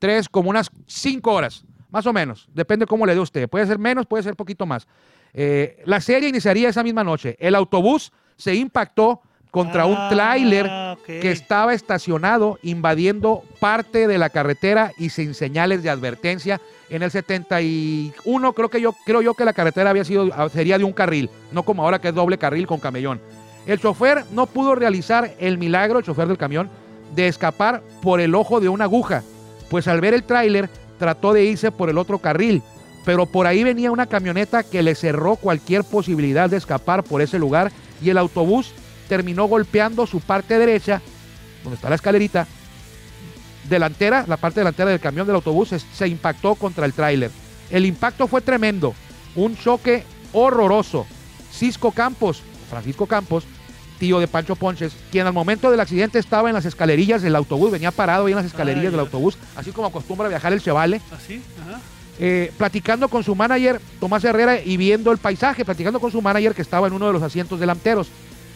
Speaker 2: tres, como unas cinco horas, más o menos. Depende cómo le dé usted. Puede ser menos, puede ser poquito más. Eh, la serie iniciaría esa misma noche. El autobús se impactó contra un
Speaker 1: Ah,
Speaker 2: tráiler
Speaker 1: ok.
Speaker 2: que estaba estacionado invadiendo parte de la carretera y sin señales de advertencia. En el 71 creo que yo creo yo que la carretera había sido ah, sería de un carril, no como ahora que es doble carril con camellón. El chofer no pudo realizar el milagro, el chofer del camión, de escapar por el ojo de una aguja, pues al ver el tráiler trató de irse por el otro carril, pero por ahí venía una camioneta que le cerró cualquier posibilidad de escapar por ese lugar y el autobús terminó golpeando su parte derecha, donde está la escalerita, delantera, la parte delantera del camión del autobús es- se impactó contra el tráiler. El impacto fue tremendo, un choque horroroso. Cisco Campos, Francisco Campos, tío de Pancho Ponches, quien al momento del accidente estaba en las escalerillas del autobús, venía parado ahí en las escalerillas
Speaker 1: Ay,
Speaker 2: del
Speaker 1: Dios.
Speaker 2: autobús, así como acostumbra viajar el Chevale,
Speaker 1: ¿Así? ¿Ah, Ajá.
Speaker 2: eh, platicando con su manager, Tomás Herrera, y viendo el paisaje, platicando con su manager que estaba en uno de los asientos delanteros.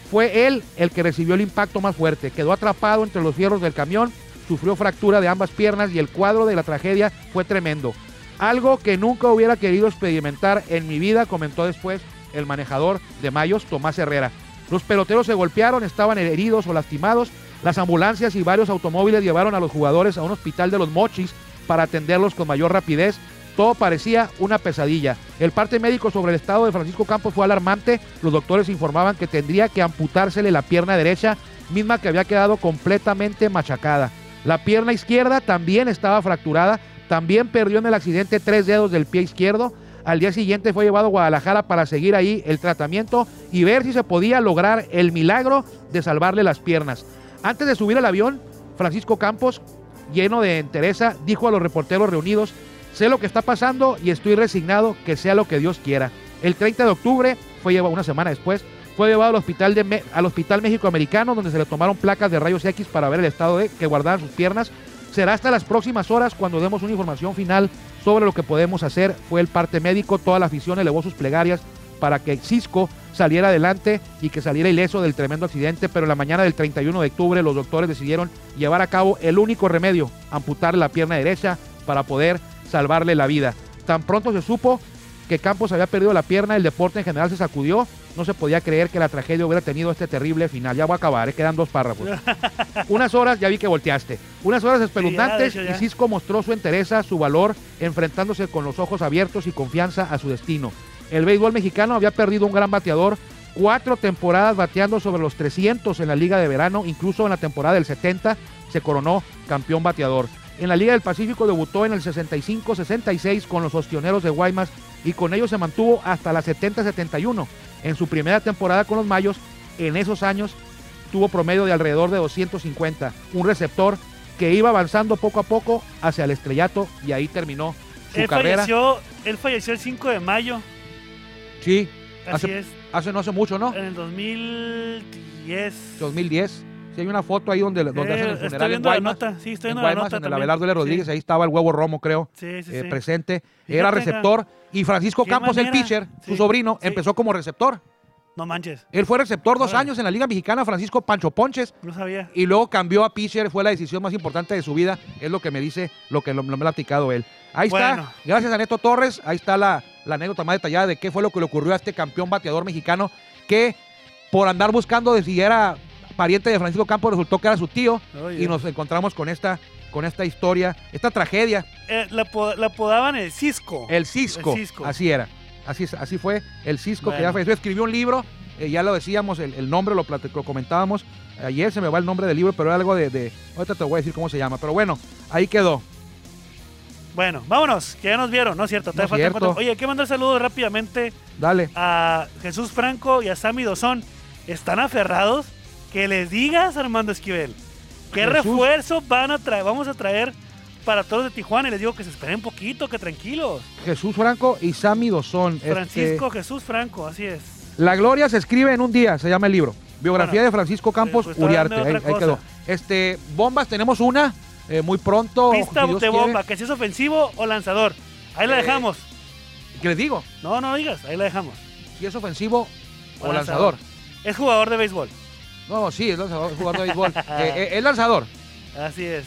Speaker 2: Fue él el que recibió el impacto más fuerte. Quedó atrapado entre los fierros del camión, sufrió fractura de ambas piernas y el cuadro de la tragedia fue tremendo. Algo que nunca hubiera querido experimentar en mi vida, comentó después el manejador de Mayos, Tomás Herrera. Los peloteros se golpearon, estaban heridos o lastimados. Las ambulancias y varios automóviles llevaron a los jugadores a un hospital de los Mochis para atenderlos con mayor rapidez. Todo parecía una pesadilla. El parte médico sobre el estado de Francisco Campos fue alarmante. Los doctores informaban que tendría que amputársele la pierna derecha, misma que había quedado completamente machacada. La pierna izquierda también estaba fracturada. También perdió en el accidente tres dedos del pie izquierdo. Al día siguiente fue llevado a Guadalajara para seguir ahí el tratamiento y ver si se podía lograr el milagro de salvarle las piernas. Antes de subir al avión, Francisco Campos, lleno de entereza, dijo a los reporteros reunidos, sé lo que está pasando y estoy resignado que sea lo que Dios quiera. El 30 de octubre, fue llevado una semana después, fue llevado al hospital, de Me- al hospital México Americano donde se le tomaron placas de rayos X para ver el estado de que guardaban sus piernas. Será hasta las próximas horas cuando demos una información final sobre lo que podemos hacer. Fue el parte médico, toda la afición elevó sus plegarias para que Cisco saliera adelante y que saliera ileso del tremendo accidente, pero en la mañana del 31 de octubre los doctores decidieron llevar a cabo el único remedio, amputar la pierna derecha para poder salvarle la vida. Tan pronto se supo que Campos había perdido la pierna, el deporte en general se sacudió, no se podía creer que la tragedia hubiera tenido este terrible final. Ya voy a acabar, eh, quedan
Speaker 1: <laughs>
Speaker 2: dos párrafos. Unas horas, ya vi que volteaste. Unas horas espeluznantes
Speaker 1: Sí, ya, de hecho, ya.
Speaker 2: y Cisco mostró su entereza, su valor, enfrentándose con los ojos abiertos y confianza a su destino. El béisbol mexicano había perdido un gran bateador, cuatro temporadas bateando sobre los 300 en la Liga de Verano, incluso en la temporada del 70 se coronó campeón bateador. En la Liga del Pacífico debutó en el 65-66 con los Ostioneros de Guaymas y con ellos se mantuvo hasta la 70-71. En su primera temporada con los Mayos, en esos años tuvo promedio de alrededor de 250, un receptor que iba avanzando poco a poco hacia el estrellato y ahí terminó su
Speaker 1: Él
Speaker 2: carrera.
Speaker 1: falleció, él falleció el 5 de mayo.
Speaker 2: Sí,
Speaker 1: Así
Speaker 2: Hace-
Speaker 1: es.
Speaker 2: hace no hace mucho, ¿no?
Speaker 1: En el 2010.
Speaker 2: 2010. Si hay una foto ahí donde, donde
Speaker 1: Eh,
Speaker 2: hacen el
Speaker 1: estoy
Speaker 2: funeral en
Speaker 1: viendo la
Speaker 2: Guaymas,
Speaker 1: nota. Sí, estoy
Speaker 2: en
Speaker 1: viendo la
Speaker 2: Guaymas,
Speaker 1: nota.
Speaker 2: en el
Speaker 1: también.
Speaker 2: Abelardo L. Rodríguez, ahí estaba el huevo Romo, creo,
Speaker 1: Sí, sí, sí.
Speaker 2: eh,
Speaker 1: sí.
Speaker 2: presente.
Speaker 1: Fíjate,
Speaker 2: Era
Speaker 1: era-
Speaker 2: receptor y Francisco
Speaker 1: qué
Speaker 2: Campos, el
Speaker 1: manera.
Speaker 2: pitcher, su
Speaker 1: Sí,
Speaker 2: sobrino,
Speaker 1: sí.
Speaker 2: empezó como receptor.
Speaker 1: No manches.
Speaker 2: Él fue receptor dos años en la Liga Mexicana, Francisco Pancho Ponches,
Speaker 1: No sabía.
Speaker 2: y luego cambió a pitcher, fue la decisión más importante de su vida, es lo que me dice, lo que lo- lo- me lo ha platicado él. Ahí
Speaker 1: Bueno.
Speaker 2: está, gracias a Neto Torres, ahí está la, la anécdota más detallada de qué fue lo que le ocurrió a este campeón bateador mexicano que por andar buscando de si era pariente de Francisco Campos resultó que era su tío
Speaker 1: Oye.
Speaker 2: y nos encontramos con esta, con esta historia, esta tragedia,
Speaker 1: Eh, la, apo- la apodaban el Cisco.
Speaker 2: el Cisco,
Speaker 1: El Cisco.
Speaker 2: así era, así, es- así fue el Cisco que
Speaker 1: Bueno.
Speaker 2: ya falleció, escribió un libro, eh, ya lo decíamos, el, el nombre lo, plati- lo comentábamos, ayer se me va el nombre del libro, pero era algo de, de- ahorita te voy a decir cómo se llama, pero bueno, ahí quedó,
Speaker 1: Bueno, vámonos, que ya nos vieron, ¿no es cierto?
Speaker 2: No
Speaker 1: Todavía
Speaker 2: es
Speaker 1: faltan cuatro.
Speaker 2: cierto.
Speaker 1: Oye, hay que mandar saludos rápidamente
Speaker 2: dale.
Speaker 1: a Jesús Franco y a Sammy Dosón. Están aferrados. Que les digas, Armando Esquivel, qué
Speaker 2: Jesús.
Speaker 1: refuerzo van a traer, vamos a traer para todos de Tijuana. Y les digo que se esperen poquito, que tranquilos.
Speaker 2: Jesús Franco y Sammy Dosón. Este,
Speaker 1: Francisco Jesús Franco, así es.
Speaker 2: la gloria se escribe en un día, se llama el libro. Biografía
Speaker 1: Bueno,
Speaker 2: de Francisco Campos
Speaker 1: pues, estaba
Speaker 2: Uriarte.
Speaker 1: hablando de
Speaker 2: Ahí,
Speaker 1: otra
Speaker 2: ahí quedó.
Speaker 1: cosa.
Speaker 2: Este, bombas, tenemos una eh, muy pronto.
Speaker 1: Pista
Speaker 2: si Dios
Speaker 1: de
Speaker 2: quiere.
Speaker 1: bomba, que si es ofensivo o lanzador. Ahí la
Speaker 2: Eh.
Speaker 1: dejamos.
Speaker 2: Que les digo,
Speaker 1: No, no digas, ahí la dejamos.
Speaker 2: si es ofensivo o,
Speaker 1: O
Speaker 2: lanzador.
Speaker 1: lanzador. Es jugador de béisbol.
Speaker 2: No, sí, es lanzador, es jugador
Speaker 1: <laughs>
Speaker 2: de béisbol. Eh, eh, es lanzador,
Speaker 1: Así es.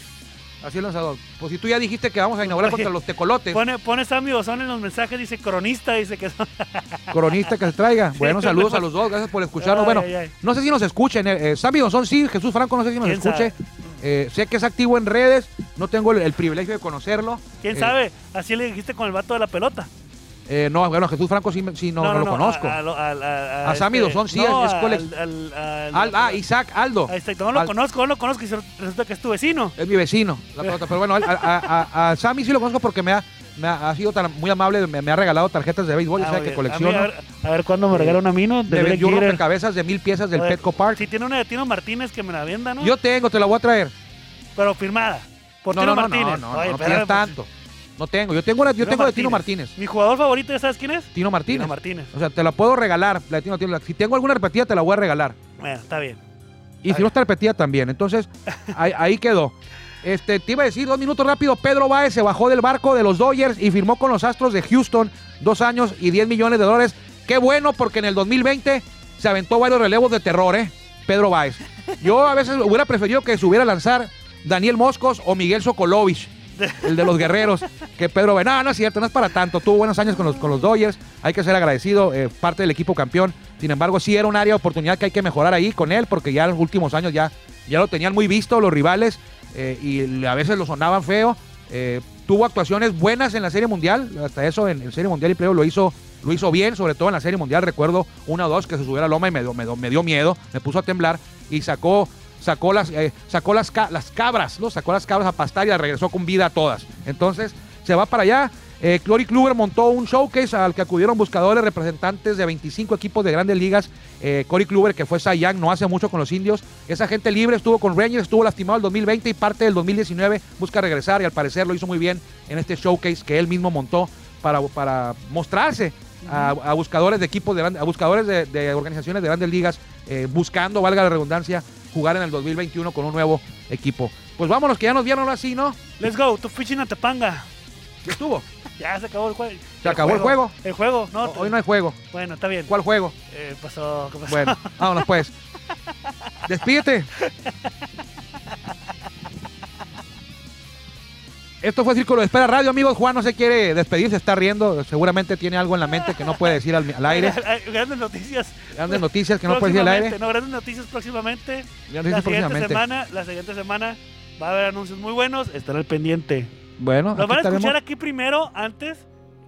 Speaker 2: así es lanzador. Pues si tú ya dijiste que vamos a inaugurar
Speaker 1: Oye.
Speaker 2: contra los tecolotes,
Speaker 1: Pone, pone Sammy Dosón en los mensajes, dice cronista, dice que son.
Speaker 2: coronista que se traiga.
Speaker 1: <laughs>
Speaker 2: Bueno,
Speaker 1: Sí,
Speaker 2: saludos
Speaker 1: no.
Speaker 2: a los dos, gracias por escucharnos.
Speaker 1: Ay,
Speaker 2: bueno,
Speaker 1: ay, ay.
Speaker 2: no sé si nos escuchen. eh, eh, Sammy Donzón, sí, Jesús Franco, no sé si nos
Speaker 1: ¿Quién
Speaker 2: escuche. Eh, sé que es activo en redes, no tengo el, el privilegio de conocerlo.
Speaker 1: ¿Quién
Speaker 2: Eh,
Speaker 1: sabe? Así le dijiste con el vato de la pelota.
Speaker 2: eh, no, bueno, Jesús Franco sí, me- sí, no, no lo conozco.
Speaker 1: A, a- a- este,
Speaker 2: A Sammy Dosón, sí,
Speaker 1: no,
Speaker 2: es
Speaker 1: al-
Speaker 2: colex-
Speaker 1: al- al-
Speaker 2: Al- ah, Isaac Aldo.
Speaker 1: a este- no lo
Speaker 2: Al-
Speaker 1: conozco, no lo conozco y resulta que es tu vecino.
Speaker 2: Es mi vecino, la pelota. Pero bueno, al- a, a- a- a Sammy sí lo conozco porque me ha, me ha, ha sido tan, muy amable, me, me ha regalado tarjetas de béisbol,
Speaker 1: Ah,
Speaker 2: o sea,
Speaker 1: muy
Speaker 2: que
Speaker 1: bien. A,
Speaker 2: colecciono.
Speaker 1: ver, a ver cuándo me regalan a mí, ¿no?
Speaker 2: Me
Speaker 1: Black
Speaker 2: vendió
Speaker 1: Glitter.
Speaker 2: rompecabezas de mil piezas del
Speaker 1: A ver,
Speaker 2: Petco Park.
Speaker 1: Si tiene una de Tino Martínez que me la venda, ¿no?
Speaker 2: Yo tengo, te la voy a traer.
Speaker 1: Pero firmada. Por
Speaker 2: no,
Speaker 1: Tino
Speaker 2: no, no,
Speaker 1: Martínez.
Speaker 2: no, no,
Speaker 1: Oye,
Speaker 2: no
Speaker 1: espérame,
Speaker 2: pidas
Speaker 1: pues,
Speaker 2: tanto. No tengo, yo tengo, la, yo
Speaker 1: Tino
Speaker 2: tengo de Tino Martínez.
Speaker 1: Mi jugador favorito, ¿ya ¿sabes quién es?
Speaker 2: Tino Martínez.
Speaker 1: Tino Martínez.
Speaker 2: O sea, te la puedo regalar, la de Tino Martínez. Si tengo alguna repetida, te la voy a regalar.
Speaker 1: Bueno, está bien.
Speaker 2: Y si no está repetida también. Entonces, ahí, ahí quedó. Este, te iba a decir dos minutos rápido. Pedro Báez se bajó del barco de los Dodgers y firmó con los Astros de Houston dos años y 10 millones de dólares. Qué bueno, porque en el 2020 se aventó varios relevos de terror, ¿eh? Pedro Báez. Yo a veces hubiera preferido que se hubiera lanzar Daniel Moscos o Miguel Sokolovich, el de los guerreros, que Pedro Báez. No, no es cierto, no es para tanto. Tuvo buenos años con los, con los Dodgers. Hay que ser agradecido, eh, parte del equipo campeón. Sin embargo, sí era un área de oportunidad que hay que mejorar ahí con él, porque ya en los últimos años ya, ya lo tenían muy visto los rivales eh, y a veces lo sonaban feo. Eh, tuvo actuaciones buenas en la Serie Mundial, hasta eso en, en Serie Mundial y Playoff lo hizo, lo hizo bien, sobre todo en la Serie Mundial. Recuerdo una o dos que se subió a la loma y me, dio- me, dio- me dio miedo, me puso a temblar y sacó, sacó, las, eh, sacó las, ca- las cabras, ¿no? Sacó las cabras a pastar y las regresó con vida a todas. Entonces se va para allá. Eh, Clory Kluber montó un showcase al que acudieron buscadores representantes de 25 equipos de grandes ligas. Eh, Cory Kluber, que fue Cy Young no hace mucho con los indios. Esa gente libre estuvo con Rangers, estuvo lastimado el 2020 y parte del 2019 busca regresar y al parecer lo hizo muy bien en este showcase que él mismo montó para, para mostrarse a, a buscadores de equipos, de, gran- a buscadores de, de organizaciones de grandes ligas, eh, buscando, valga la redundancia, jugar en el 2021 con un nuevo equipo. Pues vámonos, que ya nos vieron ahora sí, ¿no?
Speaker 1: Let's go, tu fichina Tepanga.
Speaker 2: Ya estuvo.
Speaker 1: Ya se acabó el juego.
Speaker 2: Se acabó el juego.
Speaker 1: El juego, no.
Speaker 2: Hoy no hay juego.
Speaker 1: Bueno, está bien.
Speaker 2: ¿Cuál juego?
Speaker 1: Eh, pasó, ¿qué pasó?
Speaker 2: Bueno,
Speaker 1: <laughs>
Speaker 2: vámonos pues. Despídete. Esto fue Círculo de Espera Radio, amigos. Juan no se quiere despedir, se está riendo. Seguramente tiene algo en la mente que no puede decir al,
Speaker 1: <laughs>
Speaker 2: al aire.
Speaker 1: Hay Grandes noticias.
Speaker 2: Grandes noticias que no puede decir al aire.
Speaker 1: Próximamente, No, grandes noticias próximamente.
Speaker 2: Grandes
Speaker 1: la
Speaker 2: noticias
Speaker 1: siguiente
Speaker 2: próximamente.
Speaker 1: semana, la siguiente semana va a haber anuncios muy buenos. Estará al pendiente.
Speaker 2: Bueno,
Speaker 1: Los
Speaker 2: aquí
Speaker 1: van a
Speaker 2: estaremos.
Speaker 1: escuchar aquí primero antes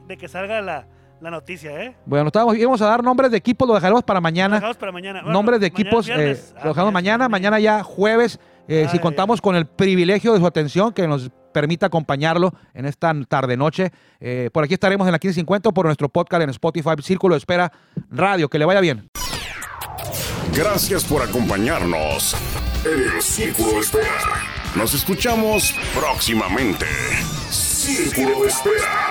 Speaker 1: de que salga la, la noticia, ¿eh?
Speaker 2: Bueno, estábamos, íbamos a dar nombres de equipos, lo dejaremos para
Speaker 1: Lo
Speaker 2: mañana.
Speaker 1: dejamos para mañana. Bueno,
Speaker 2: nombres de
Speaker 1: mañana
Speaker 2: equipos,
Speaker 1: es viernes.
Speaker 2: eh,
Speaker 1: Ah,
Speaker 2: lo dejamos mañana,
Speaker 1: es
Speaker 2: mañana ya jueves, eh,
Speaker 1: Ay,
Speaker 2: si
Speaker 1: ay,
Speaker 2: contamos con el privilegio de su atención que nos permita acompañarlo en esta tarde-noche. Eh, por aquí estaremos en la 1550 o por nuestro podcast en Spotify, Círculo de Espera Radio. Que le vaya bien.
Speaker 3: Gracias por acompañarnos en el Círculo de Espera. Nos escuchamos próximamente. Círculo de Espera.